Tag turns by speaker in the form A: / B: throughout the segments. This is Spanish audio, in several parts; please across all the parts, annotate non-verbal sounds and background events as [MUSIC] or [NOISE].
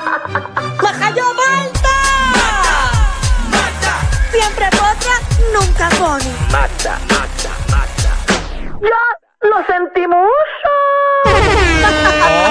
A: ¡Majayo Malta!
B: ¡Mata! ¡Mata!
A: Siempre potra, nunca pone.
B: ¡Mata! ¡Mata! ¡Mata!
A: ¡Ya lo sentimos!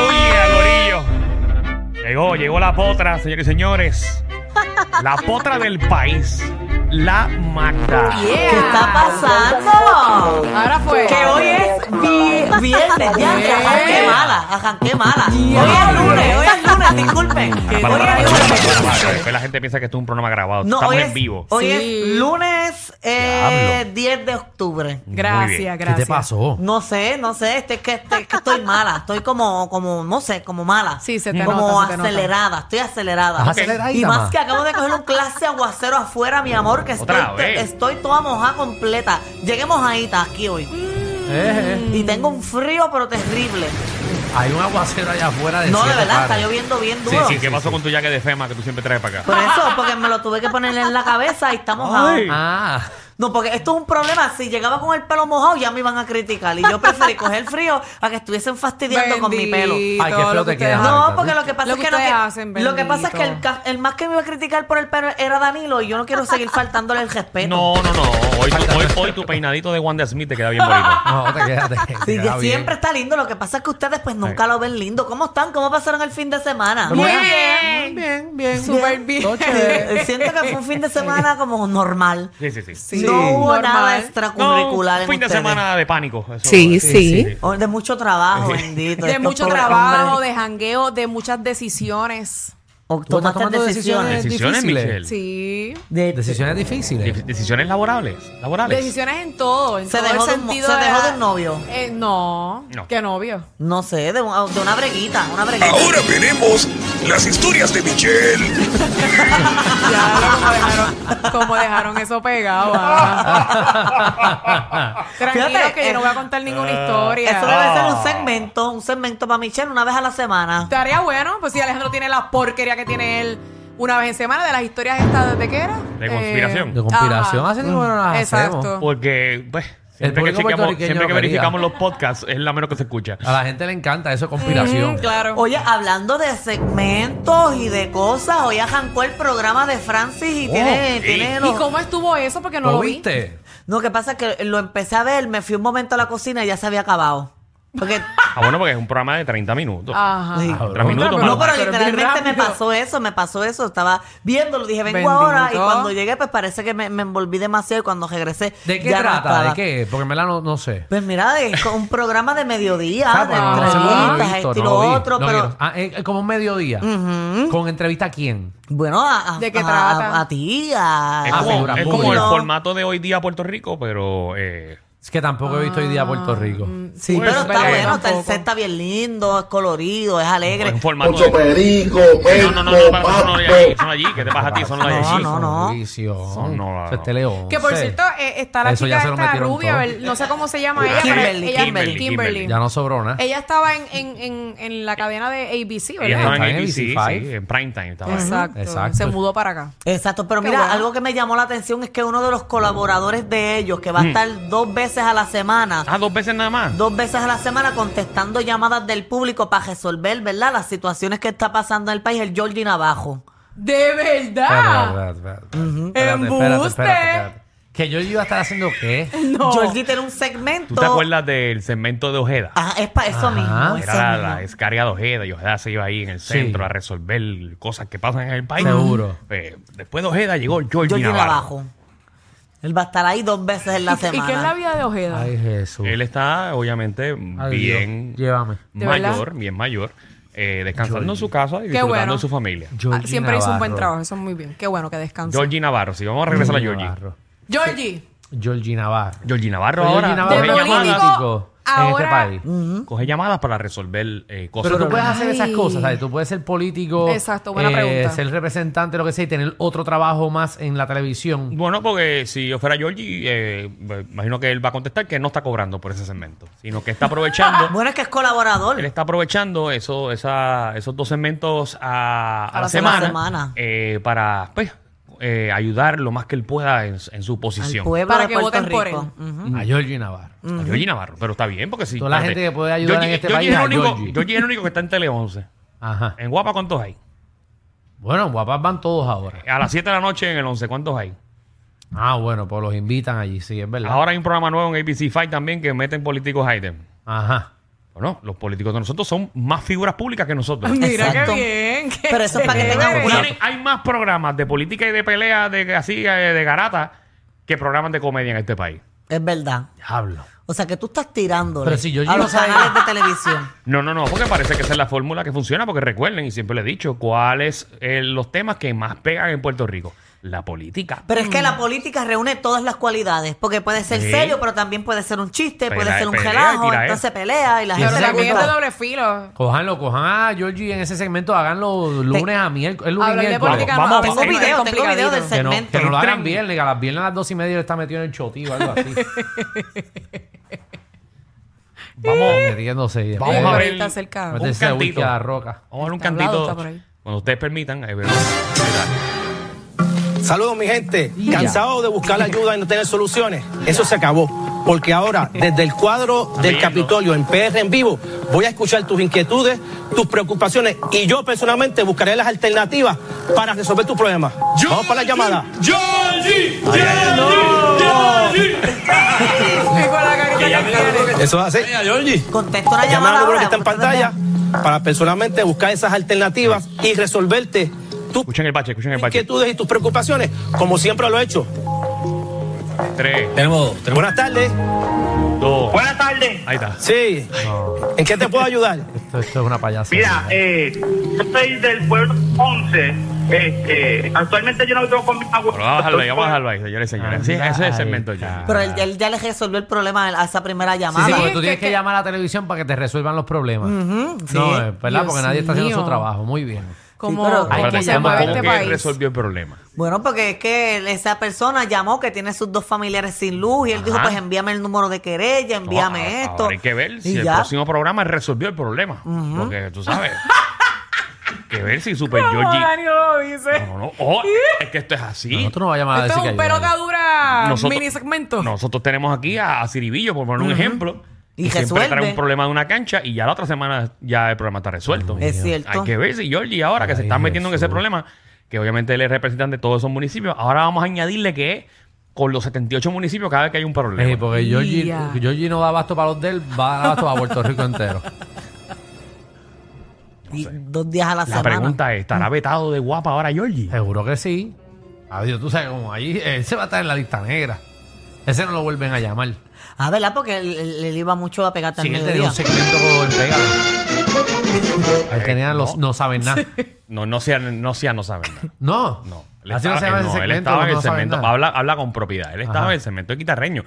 C: Oye, Gorillo. Llegó, llegó la potra, señores y señores. La potra del país. La Magda.
D: Yeah.
E: ¿Qué está pasando?
D: Ahora fue.
E: Que hoy es vi- viernes, ya,
D: Yeah.
E: ajá,
C: Eh.
E: qué mala, ajá, qué mala.
D: Yeah.
E: Hoy es lunes, hoy es lunes, disculpen. que
C: La
E: hoy
C: palabra
E: es
C: Magda.
E: lunes.
C: Después la gente piensa que esto es un programa grabado.
E: No,
C: Estamos
E: hoy
C: en
E: es,
C: vivo.
E: hoy
D: Sí.
E: es lunes eh,
C: Diablo.
E: 10 de octubre.
C: Muy
D: Gracias,
C: bien.
D: gracias.
F: ¿Qué te pasó?
E: No sé, no sé, este, es que, este, es que estoy mala, estoy como, como, no sé, como mala.
D: Sí, se te
E: Como
D: nota, se te nota.
E: acelerada, estoy acelerada.
F: Estás aceleradita,
E: Y más
F: ma.
E: que acabo de coger un clase aguacero afuera, mi amor, que estoy,
C: Otra vez.
E: estoy toda mojada completa. Lleguemos a Ita aquí hoy.
F: Eh, eh.
D: Mm.
E: Y tengo un frío, pero terrible.
F: Hay un aguacero allá afuera de
E: No, de
F: siete
E: verdad,
F: pares.
E: está lloviendo bien
C: Sí,
E: duro.
C: sí, ¿qué pasó con tu jaque de FEMA que tú siempre traes para acá?
E: Por eso, porque me lo tuve que poner en la cabeza y está mojado.
C: Ay.
F: Ah,
E: No, porque esto es un problema. Si llegaba con el pelo mojado, ya me iban a criticar. Y yo preferí coger frío a que estuviesen fastidiando con mi pelo.
D: Bendito,
F: Ay, qué feo
D: lo que
F: te
D: ustedes
F: queda.
D: hacen.
E: No, porque lo que pasa
D: Lo
E: es
D: que
E: que, no
D: ustedes
E: que-
D: hacen,
E: lo que pasa es que el,
D: bendito.
E: ca- el más que me iba a criticar por el pelo era Danilo y yo no quiero seguir faltándole el respeto.
C: No, no, no. Hoy, tu- hoy, hoy tu peinadito de Wanda Smith te queda bien bonito.
F: no, te quedas. te
E: [LAUGHS] Sí, que
F: queda bien.
E: siempre está lindo. Lo que pasa es que ustedes pues nunca lo ven lindo. ¿Cómo están? ¿Cómo pasaron el fin de semana?
D: Muy
F: Bueno,
D: bien.
F: Bien, bien.
D: Súper bien.
F: Todo chévere.
E: Eh, Siento que fue un fin de semana como normal.
C: Sí, sí, sí.
D: Sí,
E: no hubo
D: normal.
E: nada
C: No,
E: extracurricular en
C: fin de
E: ustedes.
C: semana de pánico. eso-
G: Sí, sí.
E: O Oh, De mucho
F: [LAUGHS]
E: trabajo, bendito.
D: De
E: estos
D: mucho
E: pobres
D: trabajo,
E: hombres.
D: de jangueo, de muchas decisiones.
E: O
F: ¿Tú estás
E: tomaste
F: tomando
E: decisiones.
C: Decisiones,
F: decisiones? Difíciles.
C: Michelle.
D: Sí.
E: De-
F: Decisiones difíciles.
C: Dif- Decisiones laborales. Laborales.
D: Decisiones en todo, en
E: Pues, Se
D: todo
E: dejó
D: el
E: de un mo-
D: sentido
E: se dejó
D: la-
E: de un novio.
D: Eh, no,
C: No.
D: ¿Qué novio?
E: No sé, de, un- de una breguita, una breguita.
B: Ahora veremos las historias de Michelle.
D: Ya, como dejaron, como dejaron eso pegado. ah. Tranquilo
E: Fíjate,
D: que yo no voy a
E: eh,
D: contar ninguna
C: Ah.
D: historia.
E: Eso debe ser
F: Ah.
E: un segmento, un segmento para Michelle una vez a la semana.
D: Estaría bueno, pues si Alejandro tiene la porquería que tiene él una vez en semana de las historias estas de qué era? Eh,
C: De conspiración.
F: De conspiración.
D: ajá.
F: Hace tiempo que no las
D: Exacto.
F: hacemos.
C: Porque, pues,
F: El
C: siempre que,
F: público
C: chequeamos-
F: puertorriqueño
C: siempre que
F: lo Ah. quería.
C: verificamos los podcasts, es la menos que se escucha.
F: A la gente le encanta eso, conspiración.
D: Mm, claro.
E: Oye, hablando de segmentos y de cosas, hoy arrancó el programa de Francis y
F: Oh,
E: tiene,
C: sí.
E: tiene
D: ¿Y
E: los-
D: cómo estuvo eso? Porque no
F: ¿Lo
D: lo vi.
F: viste?
E: No, que pasa que lo empecé a ver, me fui un momento a la cocina y ya se había acabado. Porque
C: Ah, bueno, porque es un programa de 30 minutos.
D: Ajá.
E: Sí.
C: Tres minutos,
D: Otra,
C: mano.
E: No, pero
D: Pero bien
E: literalmente me
D: rápido.
E: pasó eso, me pasó eso. Estaba viéndolo, dije, vengo
D: Bendito.
E: ahora. Y cuando llegué, pues parece que me, me envolví demasiado. Y cuando regresé,
F: ¿De qué
E: ya no
F: trata?
E: estaba.
F: ¿De qué? Porque en verdad no, no sé.
E: Pues mira, es co- un programa de mediodía, de
F: Ah, pues, no lo he
E: entrevistas,
F: visto,
E: esto y
F: no
E: lo
F: lo vi,
E: otro,
F: no
E: pero.
F: quiero. Ah, eh, eh, como un mediodía. ¿Con entrevista a quién?
E: Bueno, a, a-
D: ¿De qué
E: a-
D: trata?
E: a ti, a.
C: es
F: Ah,
C: como,
F: figura
C: es como
F: pública.
C: el
E: No.
C: formato de hoy día Puerto Rico, pero eh,
F: Es que tampoco he visto hoy día Puerto Rico.
E: Ah.
F: eh,
E: Sí,
C: Pues,
E: pero está
C: pero
E: bueno, está el
D: tampoco.
E: set está bien lindo, es colorido, es alegre.
C: en formato
H: Mucho
C: de...
H: perico,
C: No,
H: peco,
C: no, no, no, pero son los de allí,
H: papo.
C: son allí, ¿qué te pasa a ti? Son los de
E: No,
C: allí.
E: no, no.
F: Mauricio.
C: Son- no, no,
F: Eso es
C: no.
F: Tele 11.
D: Que por cierto, eh, está la
F: Eso
D: chica
F: ya se lo
D: esta
F: metieron
D: rubia,
F: todo.
D: ver- no sé cómo se llama ella, pero
E: Kimberly,
D: ella
C: Kimberly,
D: Kimberly.
F: ya no sobró nada.
D: Ella estaba en, en, en, en la cadena de ABC,
C: Ella estaba
D: ¿verdad?
C: en
F: Está en
C: ABC, sí,
F: ABC5.
C: en prime time estaba.
D: Exacto.
F: Exacto.
D: Se mudó para acá.
E: Exacto, pero
D: Qué
E: mira,
D: bueno.
E: algo que me llamó la atención es que uno de los colaboradores de ellos,
C: Mm.
E: que va a estar dos veces a la semana,
C: Ah, dos veces nada más.
E: dos veces a la semana contestando llamadas del público para resolver, ¿verdad? Las situaciones que está pasando en el país, el Jordi Navajo.
D: ¡De verdad!
F: Espérate, espérate, espérate. Espérate, espérate,
D: Embuste.
F: espérate, espérate. Que yo iba a estar haciendo qué?
D: No.
E: Jordi tiene un
C: ¿Tú
E: segmento.
C: te acuerdas del segmento de Ojeda?
E: Ah, es para eso
F: Ajá.
E: mismo.
C: Era
E: eso
C: la,
E: mismo.
C: la descarga de Ojeda y Ojeda se iba ahí en el
F: Sí.
C: centro a resolver cosas que pasan en el país.
F: Seguro.
C: Eh, después de Ojeda llegó Georgie,
E: Jordi
C: Navarro.
E: Navajo. Él va a estar ahí dos veces en la
D: [LAUGHS] ¿Y
E: semana.
D: qué es la vida de Ojeda? Ah,
F: Ay, Jesús.
C: Él está, obviamente,
F: Ay, Dios.
C: bien
F: Llévame.
D: ¿De
C: mayor,
D: verdad?
C: bien mayor, eh, descansando en su casa
D: Qué
C: y disfrutando
D: bueno.
C: de su familia.
D: Ah,
F: Georgie
D: siempre hizo un buen
F: Navarro.
D: trabajo, eso es muy bien. Qué bueno que descanse.
C: Georgie Navarro, si vamos a regresar a
F: Georgie
C: Georgie.
F: Navarro.
D: Georgie,
F: Georgie Navarro.
C: Georgie Navarro
F: Pero
C: ahora
F: Georgie
D: de
F: Navarro
C: coge,
F: es
D: político,
C: llamadas,
F: político en este
D: ahora- Mm.
F: país.
C: coge llamadas para resolver eh, cosas.
F: Pero tú puedes hacer
D: Ay.
F: esas cosas, ¿sabes? Tú puedes ser político, eh,
D: Exacto, buena pregunta.
F: ser representante, lo que sea, y tener otro trabajo más en la televisión.
C: Bueno, porque si yo fuera Georgie, eh, me imagino que él va a contestar que no está cobrando por ese segmento, sino que está aprovechando
E: [LAUGHS] Bueno, es que es colaborador.
C: Él está aprovechando eso, esa, esos dos segmentos a, a
E: A
C: la
E: la semana.
C: semana,
E: semana.
C: eh, para pues, eh, ayudar lo más que él pueda en, en su
E: Al
C: posición.
E: pueblo
D: Para
E: de
D: que
E: Puerto
D: voten por
E: Rico.
D: él.
E: Ujú.
F: A Georgie Navarro.
C: A Georgie Navarro, pero está bien porque sí.
F: Toda la
C: espérate.
F: gente que puede ayudar en este país
C: es el
F: es a
C: único-
F: Georgie.
C: Georgie es el único que está en Tele 11.
F: Ajá.
C: En Guapa, ¿cuántos hay?
F: Bueno, guapas van todos ahora.
C: A las 7 de la noche en el 11, ¿cuántos hay?
F: Ah, bueno, pues los invitan allí, sí, es verdad.
C: Ahora hay un programa nuevo en ABC Fight también que meten políticos a ítem.
F: Ajá.
C: Bueno, los políticos de nosotros son más figuras públicas que nosotros.
D: Mira qué
E: Exacto.
D: bien. qué
E: Pero eso es para que
D: chévere.
E: tengan una-
C: Tienen- hay más programas de política y de pelea de así eh, de garata que programas de comedia en este país.
E: Es verdad.
F: Diablo.
E: O sea, que tú estás tirándole
F: Pero si yo
E: a
F: llego
E: los
F: a-
E: canales de televisión.
C: No, no, no, porque parece que esa es la fórmula que funciona, porque recuerden, y siempre le he dicho, cuáles eh, los temas que más pegan en Puerto Rico. La política.
E: Pero es que la política reúne todas las cualidades, porque puede ser
C: Sí.
E: serio, pero también puede ser un chiste, puede
C: Pelea-
E: ser un
C: pelea y
E: relajo,
C: tiraera.
E: entonces pelea y la
D: Pero
E: gente le
D: también es de
E: gusta.
D: doble filo.
F: Cojanlo, cojan a Georgie en ese segmento, háganlo lunes a miércoles. lunes y
D: Hablar de
F: miércoles.
D: política
C: Vamos,
D: no, a
C: vamos,
D: veces
E: Tengo
D: es más
E: video, tengo video del
D: complicadito.
F: Que no,
E: segmento.
F: que no lo
C: Tren.
F: hagan viernes, a las viernes a las dos y media él está metido en el chotío o algo así.
C: Vamos,
F: Metiéndose y
C: vamos
F: después
C: a ver
D: Está cerca.
C: Eh, un
F: meterse a
C: cantito.
F: whisky a la roca.
C: Vamos a ver un
D: Está hablado,
C: cantito.
D: está por ahí.
C: Cuando ustedes permitan. ahí vemos. Ahí está.
G: Saludos mi gente, cansado de buscar ayuda y no tener soluciones, eso se acabó, porque ahora desde el cuadro del Capitolio en PR en vivo voy a escuchar tus inquietudes, tus preocupaciones y yo personalmente buscaré las alternativas para resolver tus problemas. Vamos para la llamada.
D: Y con la carita que tiene.
G: Eso es así.
E: Contesto una
G: Llamar
E: llamada
G: al
E: ahora.
G: número que está en
E: porque ustedes
G: pantalla
E: vean.
G: para personalmente buscar esas alternativas y resolverte tus
C: Escuchen el bache, escuchen el bache.
G: inquietudes y tus preocupaciones, como siempre lo he hecho.
C: Tres,
G: Buenas tardes.
C: dos.
H: Buenas tardes.
C: Ahí está.
G: Sí. ¿En qué te puedo ayudar?
F: Esto, esto es una payasa.
H: Mira, eh, yo soy del pueblo 11. Este, actualmente yo no vivo con mi abuelo.
C: Bueno, vamos a dejarlo ahí, vamos a dejarlo ahí, señores y señores. Sí, ese es el segmento ya.
E: Pero él, él ya les resolvió el problema a esa primera
F: Sí,
E: llamada.
F: sí,
D: Sí,
F: porque tú
D: que-
F: tienes que,
D: que-
F: llamar a la televisión para que te resuelvan los problemas. No, eh, ¿verdad?
D: Dios
F: porque nadie está haciendo
D: mío.
F: su trabajo. Muy bien.
D: Como,
E: pero-
D: como
C: Espérate,
D: se
C: ¿cómo
D: mueve
C: que
D: este país.
C: resolvió el problema?
E: Bueno, porque es que él- esa persona llamó que tiene sus dos familiares sin luz y él dijo,
C: Ajá.
E: pues envíame el número de querella,
C: No,
E: envíame
C: a-
E: esto.
C: Ahora hay que ver si
E: Y
C: el
E: ya.
C: próximo programa resolvió el problema. Porque tú sabes. Hay que ver si Super
D: Como
C: Georgie.
D: Daniel lo dice.
C: No, no, oh, es que esto es así.
F: Nosotros no vamos a llamar a
D: Esto
F: decir
D: es
F: que
D: un pelota
F: ayudan.
E: Ah,
D: dura mini segmento.
C: Nosotros tenemos aquí a, a Ciribillo, por poner un ejemplo.
E: Y
C: que siempre
E: resuelve.
C: trae un problema de una cancha y ya la otra semana ya el problema está resuelto.
E: Es cierto.
C: Hay que ver si Georgie ahora que se
F: Ay,
C: está metiendo en ese
F: Jesús.
C: problema, que obviamente él es representante de todos esos municipios, ahora vamos a añadirle que es con los 78 municipios cada vez que hay un problema.
F: Sí, porque Georgie,
D: Ya.
F: Georgie no da abasto para los del, va a dar abasto para Puerto Rico entero.
E: Y dos días a la,
C: la
E: semana. Mm.
C: pregunta es, ¿estará vetado de guapa ahora Georgie?
F: [LAUGHS] Seguro que sí. Adiós, tú sabes como ahí, él se va a estar en la lista negra. Ese no lo vuelven a llamar.
E: Ah, ¿verdad? Porque él, él- él iba mucho a pegar
F: Sí,
E: también.
F: él tenía un segmento en pegado. Él
C: Eh,
F: tenía
C: no.
F: los no saben nada.
C: No, no sea, no sea, no saben nada.
F: No.
C: No, él
F: Así no se
C: estaba,
F: llama
C: no,
F: ese
C: él
F: segmento.
C: estaba
F: los
C: en el
F: no saben
C: segmento,
F: nada.
C: habla, habla con propiedad. Él estaba
F: Ajá.
C: en el segmento de quitarreño.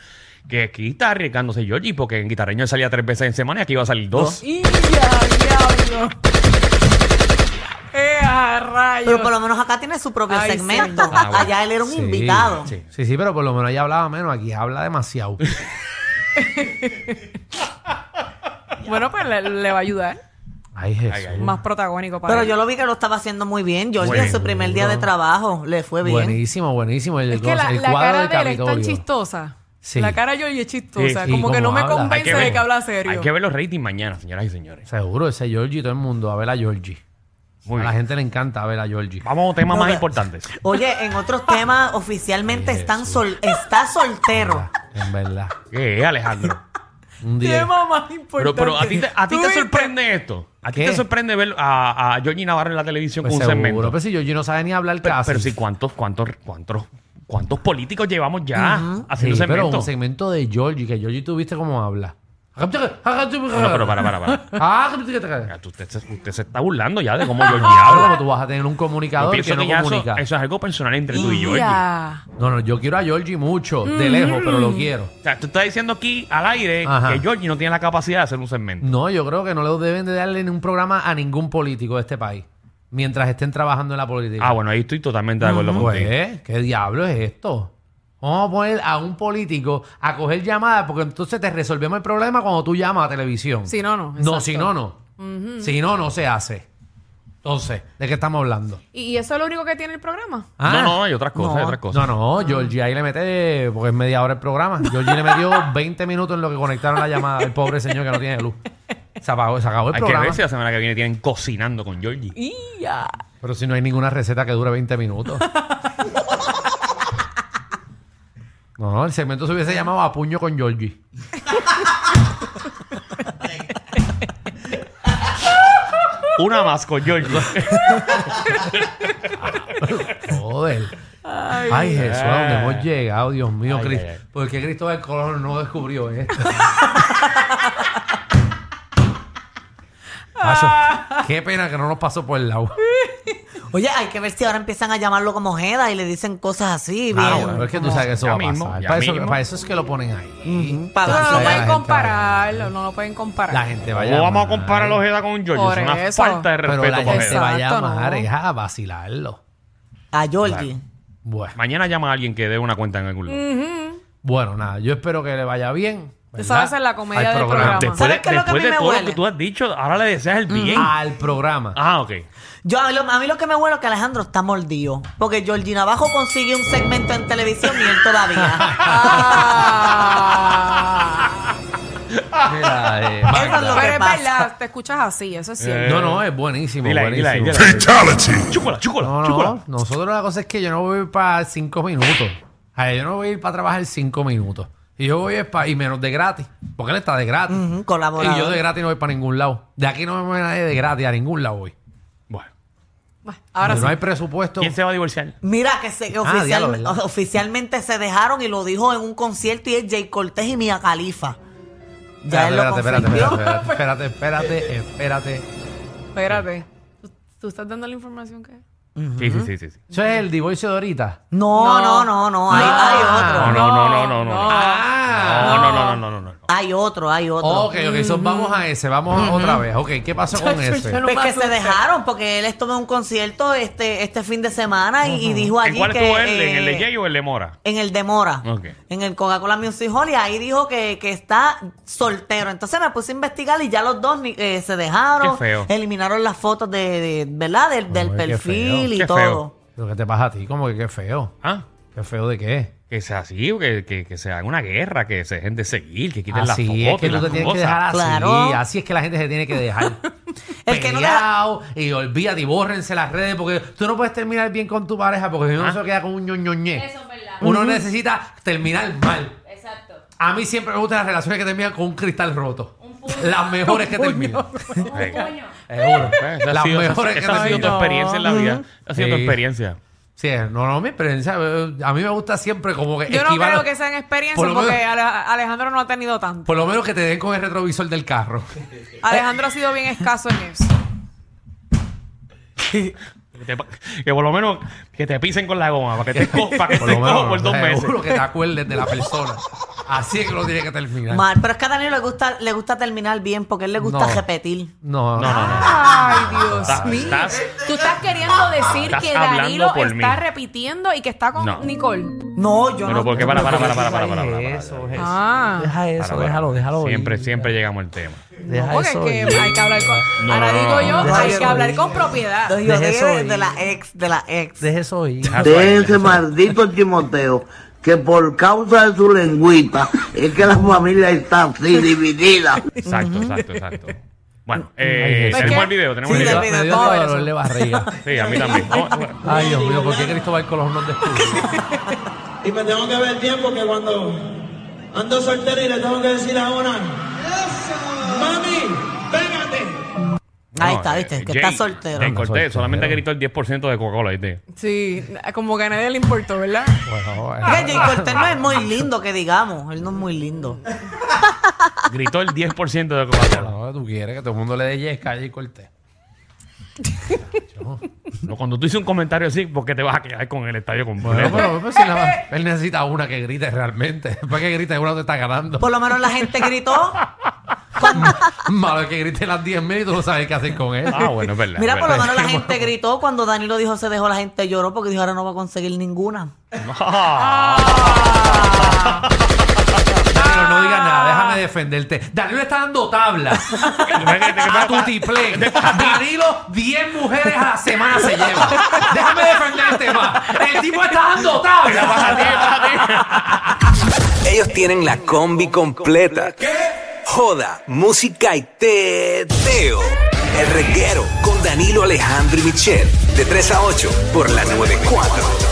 C: Que aquí está arriesgándose Georgie, porque en quitarreño él salía tres veces en semana y aquí iba a salir dos.
D: Y ya, diablo. Eh, a rayos.
E: Pero por lo menos acá tiene su propio
D: Ay,
E: segmento.
D: señor.
C: Ah, bueno.
E: Allá él era un
F: Sí,
E: invitado.
F: Sí. sí, sí, pero por lo menos ella hablaba menos. Aquí habla [LAUGHS] demasiado.
D: Bueno, pues le, le va a ayudar.
F: Ay, Jesús.
C: ay.
D: Más protagónico para
E: Pero
D: él.
E: yo lo vi que lo estaba haciendo muy bien. Georgie en su
C: Seguro.
E: primer día de trabajo le fue bien.
F: Buenísimo, buenísimo. El,
D: Es que la,
F: el
D: la cara
F: cuadro del
D: de él es tan
F: Capitolio.
D: chistosa.
F: Sí.
D: La cara de Georgie es chistosa.
F: Sí, sí,
D: como que no
F: cómo
D: me
F: habla.
C: Hay
F: Hay
D: convence de que habla serio.
C: hay que ver los ratings mañana, señoras y señores.
F: Seguro, ese Georgie, todo el mundo. A ver a Georgie.
C: Muy
F: a la
C: bien.
F: gente le encanta ver a Georgie.
C: Vamos a temas
E: No,
C: más
E: no.
C: importantes.
E: Oye, en otros
F: [LAUGHS]
E: temas, oficialmente están sol- está soltero.
F: En verdad.
C: ¿Qué
D: [LAUGHS]
C: es, Alejandro?
F: Un
D: [LAUGHS]
F: día.
D: Tema más importante.
C: Pero, pero a ti te, a ti
D: ¿Tú
C: te
D: viste?
C: sorprende esto. A ti
F: ¿Qué?
C: te sorprende ver a, a Georgie Navarro en la televisión
F: Pues
C: con un segmento.
F: seguro. Pero si Georgie no sabe ni hablar
C: Pero,
F: casi.
C: pero sí, ¿cuántos, cuántos, cuántos, cuántos políticos llevamos ya haciendo
F: Sí, pero
C: segmentos?
F: un segmento de Georgie, que Georgie tuviste cómo habla. No,
C: No,
F: pero
C: pero para, para, para.
F: Ah,
C: Ya, tú- Usted, se- usted se está burlando ya de cómo Georgie
F: como [LAUGHS]
C: habla.
F: tú vas a tener un
C: Yo
F: comunicador
C: pienso
F: que no
C: que ya eso,
F: comunica.
C: eso es algo personal entre tú y Georgie. O
D: Ya.
F: No, no, yo quiero a Georgie mucho, de lejos, pero
C: Mm.
F: lo quiero.
C: sea, tú estás diciendo aquí al aire
F: Ajá.
C: que Georgie no tiene la capacidad de hacer un segmento.
F: No, yo creo que no le deben de darle ningún programa a ningún político de este país mientras estén trabajando en la política.
C: Ah, bueno, ahí estoy totalmente de acuerdo contigo.
F: Pues, ¿qué diablo es esto? Vamos a poner a un político a coger llamadas porque entonces te resolvemos el problema cuando tú llamas a televisión.
D: Si no, no,
F: No,
D: exacto.
F: si no, no. Si no, no se hace. Entonces, ¿de qué estamos hablando?
D: ¿Y y eso es lo único que tiene el programa?
F: Ah,
C: No, no, hay otras cosas, hay otras cosas.
F: No, no, Georgie ahí le mete, porque es media hora el programa. Georgie le metió 20 minutos en lo que conectaron la llamada. El pobre señor que no tiene luz. Se apagó- se acabó el
C: Hay que
F: programa.
C: ver si la semana que viene tienen cocinando con Georgie.
D: ¡Ya!
F: Pero si no hay ninguna receta que dure
C: [LAUGHS]
F: 20 minutos. No, el segmento se hubiese llamado A Puño con Georgie.
C: Una más con Georgie.
F: Joder. Ay, Jesús, ¿a dónde
C: Ay.
F: hemos llegado? Dios mío,
C: Ay,
F: Cristo.
C: ay, ay.
F: ¿por qué Cristóbal Colón no
C: [LAUGHS]
F: descubrió esto? Macho, qué pena que no nos pasó por el lado.
E: Oye, hay que ver si ahora empiezan a llamarlo como Jeda y le dicen cosas así.
F: Claro,
E: bien,
F: pero es que tú
E: como-
F: sabes que eso
C: Ya
F: va a
C: mismo,
F: pasar.
C: ya
F: Para eso,
C: mismo.
F: para eso es que lo ponen ahí.
E: Para-
D: Pero no
F: Entonces,
D: lo
F: la
D: pueden
F: gente va-
D: compararlo, no lo pueden comparar.
F: La gente va a
C: ¿Cómo
F: llamar.
C: vamos a comparar los Ojeda con Georgie?
D: Por
C: Es una
D: eso.
C: falta de
F: Pero
C: respeto
F: la
C: para
F: gente
C: Ojeda.
F: va a
D: Exacto,
F: llamar
D: no.
F: es a vacilarlo.
E: A Georgie.
F: Bueno.
C: Mañana llama a alguien que dé una cuenta en algún lugar.
F: Bueno, nada, yo espero que le vaya bien. ¿verdad?
D: Esa va a ser la comedia
F: Al
D: del programa.
C: Después, de-
E: ¿Sabes qué es lo que a
C: después
E: mí
C: de
E: me
C: todo lo
E: huele?
C: que tú has dicho, ahora le deseas el bien. [LAUGHS]
F: Al programa.
C: Ah, ok.
E: Yo, a, mí lo, a mí lo que me huele es que Alejandro está mordido. Porque Georgie Navajo consigue un segmento en televisión y él todavía.
F: [LAUGHS]
D: Ah.
F: Mira, eh,
E: Eso es lo
F: Magda.
E: que
D: Pero es
E: pasa.
D: verdad, te escuchas así, eso es cierto.
F: No, no, es buenísimo,
C: Dile ahí, dile ahí,
F: buenísimo.
C: dile
F: [LAUGHS]
C: ahí.
B: Fatality.
C: Chúcola, chúcola,
F: No,
C: chúcola.
F: no, nosotros la cosa es que yo no voy para cinco minutos. A ver, yo no voy a ir para trabajar cinco minutos. Y yo voy para, y menos de gratis, porque él está de gratis.
D: Mm,
E: Ujú, colaborador.
F: Y yo de gratis no voy para ningún lado. De aquí no me mueve nadie de gratis, a ningún lado voy.
C: Bueno,
D: Bueno, Ahora
F: no
D: sí.
F: hay presupuesto.
C: ¿quién se va a divorciar?
E: Mira, que se, oficial-
F: Ah, diablo, ¿verdad?
E: o- oficialmente se dejaron y lo dijo en un concierto y es Jay Cortés y Mia Khalifa. Ya él lo
F: espérate, espérate,
E: confirmó.
F: espérate, espérate, espérate, espérate, espérate.
D: Espérate. ¿Tú, tú estás dando la información que
C: Sí, sí, sí, sí. sí.
F: Eso es el divorcio de ahorita.
E: No, no, no, no. Hay, hay otro.
C: No, no, no, no, no, no.
F: Ah,
C: No, no, no, no, no, no, no.
E: Hay otro, hay otro.
F: Ok, ok, so vamos a ese, vamos a otra vez. Ok, ¿qué pasó con ese?
E: Pues que se dejaron porque él estuvo en un concierto este, este fin de semana y, y dijo
C: ¿En
E: allí
C: cuál
E: que...
C: estuvo él? ¿En el de
E: eh,
C: Jay o el de Mora?
E: En el de Mora,
C: Ok.
E: en el Coca-Cola Music Hall, y ahí dijo que, que está soltero. Entonces me puse a investigar y ya los dos ni- eh, se dejaron.
C: Qué feo.
E: Eliminaron las fotos de, de- ¿verdad? Del, del
F: Ay, qué
E: perfil
F: feo.
E: y
C: Qué
E: todo.
C: feo.
F: Lo que te pasa a ti, como que qué feo.
C: ¿Ah?
F: ¿Qué feo de qué?
C: Que sea así, o que, que, que se haga una guerra, que se dejen de seguir, que quiten las fotos.
F: Así es que
C: y
F: tú te
C: las
F: tienes que
C: cosas.
F: dejar así.
E: Claro.
F: Así es que la gente se tiene que dejar.
E: [LAUGHS] El que no
F: Peleado, y olvídate y bórrense las redes porque tú no puedes terminar bien con tu pareja porque si no
C: Ah.
F: se queda con un ñoñoñé.
I: Eso es verdad.
F: Uno necesita terminar mal.
I: Exacto.
F: A mí siempre me gustan las relaciones que terminan con un cristal roto.
I: Un puño.
F: Las mejores que terminan.
I: Un
C: Venga.
I: puño.
F: Seguro.
C: Eh, esa ha
F: las
C: sido-
F: mejores que
C: esa ha sido tu
F: terminan.
C: experiencia en la vida. Ha sido tu
F: Sí.
C: experiencia.
F: Sí, no, no, mi experiencia. eh, A mí me gusta siempre como que
D: Yo no
F: esquivar-
D: creo que sean experiencias
F: por lo
D: porque
F: menos-
D: Ale- Alejandro no ha tenido tanto.
F: Por lo menos que te den con el retrovisor del carro.
C: Eh,
D: Alejandro ha sido bien escaso en eso.
C: Que, te pa- que por lo menos que te pisen con la goma, para que te, co- para que
F: [LAUGHS] Por
C: te
F: lo menos,
C: cojo por dos meses.
F: Seguro que te acuerdes de la persona. Así es que lo tiene que terminar.
E: Mal, pero es que a Daniel le gusta, le gusta terminar bien porque a él le gusta
F: No.
E: repetir.
F: No,
C: No, no, no.
D: Ay, Dios
C: Estás-
D: mío.
C: estás-
I: Tú estás queriendo decir
C: Estás
I: que
C: hablando
I: Danilo
C: por
I: está
C: mí.
I: repitiendo y que está con
C: No.
I: Nicole.
E: No, yo
C: Pero
E: no.
C: porque para, para, para, para, para, para, para, para.
F: Eso, Jesús.
D: Ah,
F: Deja eso,
C: Para, para.
F: déjalo, déjalo.
C: Siempre,
F: ir.
C: siempre llegamos al tema.
F: Deja
D: porque es
F: eso
D: que
F: ir.
D: hay que hablar con.
C: No,
D: Ahora
C: no,
D: digo
C: no,
D: yo,
E: no.
D: hay
E: Deja
D: que
E: eso
D: hablar
E: ir.
D: con propiedad.
E: Entonces yo
F: Deja
E: de-
F: eso
E: de,
F: ahí.
E: la ex, de la ex.
F: Deja eso ir.
J: de ese maldito Timoteo que por causa de su lengüita es que la familia está así dividida.
C: Exacto, exacto, exacto. Bueno, eh,
F: Jesús.
C: tenemos
D: ¿Qué?
C: el video, tenemos
F: Me
C: el
E: Sí,
F: dio-
C: video.
E: del-
F: me dio
D: todo
F: dolor
D: eso.
F: de barriga.
D: [LAUGHS]
C: Sí, a mí también. Vamos, bueno,
F: Ay, Dios mío, ¿por qué Cristóbal Colón nos descubrió?
K: Y me tengo que ver tiempo que cuando ando soltero y le tengo que decir a una, mami, pégate.
E: Ahí
C: no,
E: está,
C: eh,
E: viste, que
C: Jay-
E: está soltero.
C: Jay
F: Anda,
C: Cortés
F: soltero.
C: solamente gritó el 10% de Coca-Cola, ¿viste?
D: Sí, como que a nadie le importó, ¿verdad?
F: [LAUGHS] Bueno, bueno.
E: Es que Jay Cortés no es muy lindo, que digamos. Él no es muy lindo.
C: Gritó el 10% de Coca-Cola.
F: No, tú quieres que todo el mundo le dé yesca y corte.
C: No, Cuando tú hiciste un comentario así, porque te vas a quedar con el estadio
F: Bueno,
C: completo.
F: pero pues, si la- él necesita una que grite realmente. [LAUGHS] ¿Para que grite? Uno te está ganando. [LAUGHS]
E: Por lo menos la gente gritó.
F: Malo es que grite las 10 mil y tú no sabes qué hacer con él.
C: Ah, bueno, es verdad.
E: Mira,
C: es
E: por lo
C: verdad.
E: menos la gente gritó cuando Danilo dijo se dejó, la gente lloró porque dijo ahora no va a conseguir ninguna.
C: [LAUGHS] Ah.
F: Pero no digas nada, déjame defenderte. Danilo está dando tabla [LAUGHS] a tu tiple. Danilo, 10 mujeres a la semana se lleva. Déjame defenderte más. El tipo está dando [LAUGHS] tabla.
L: Ellos tienen la combi completa. joda, música y teo. El reguero con Danilo Alejandro y Michel de 3 a 8 por la 94.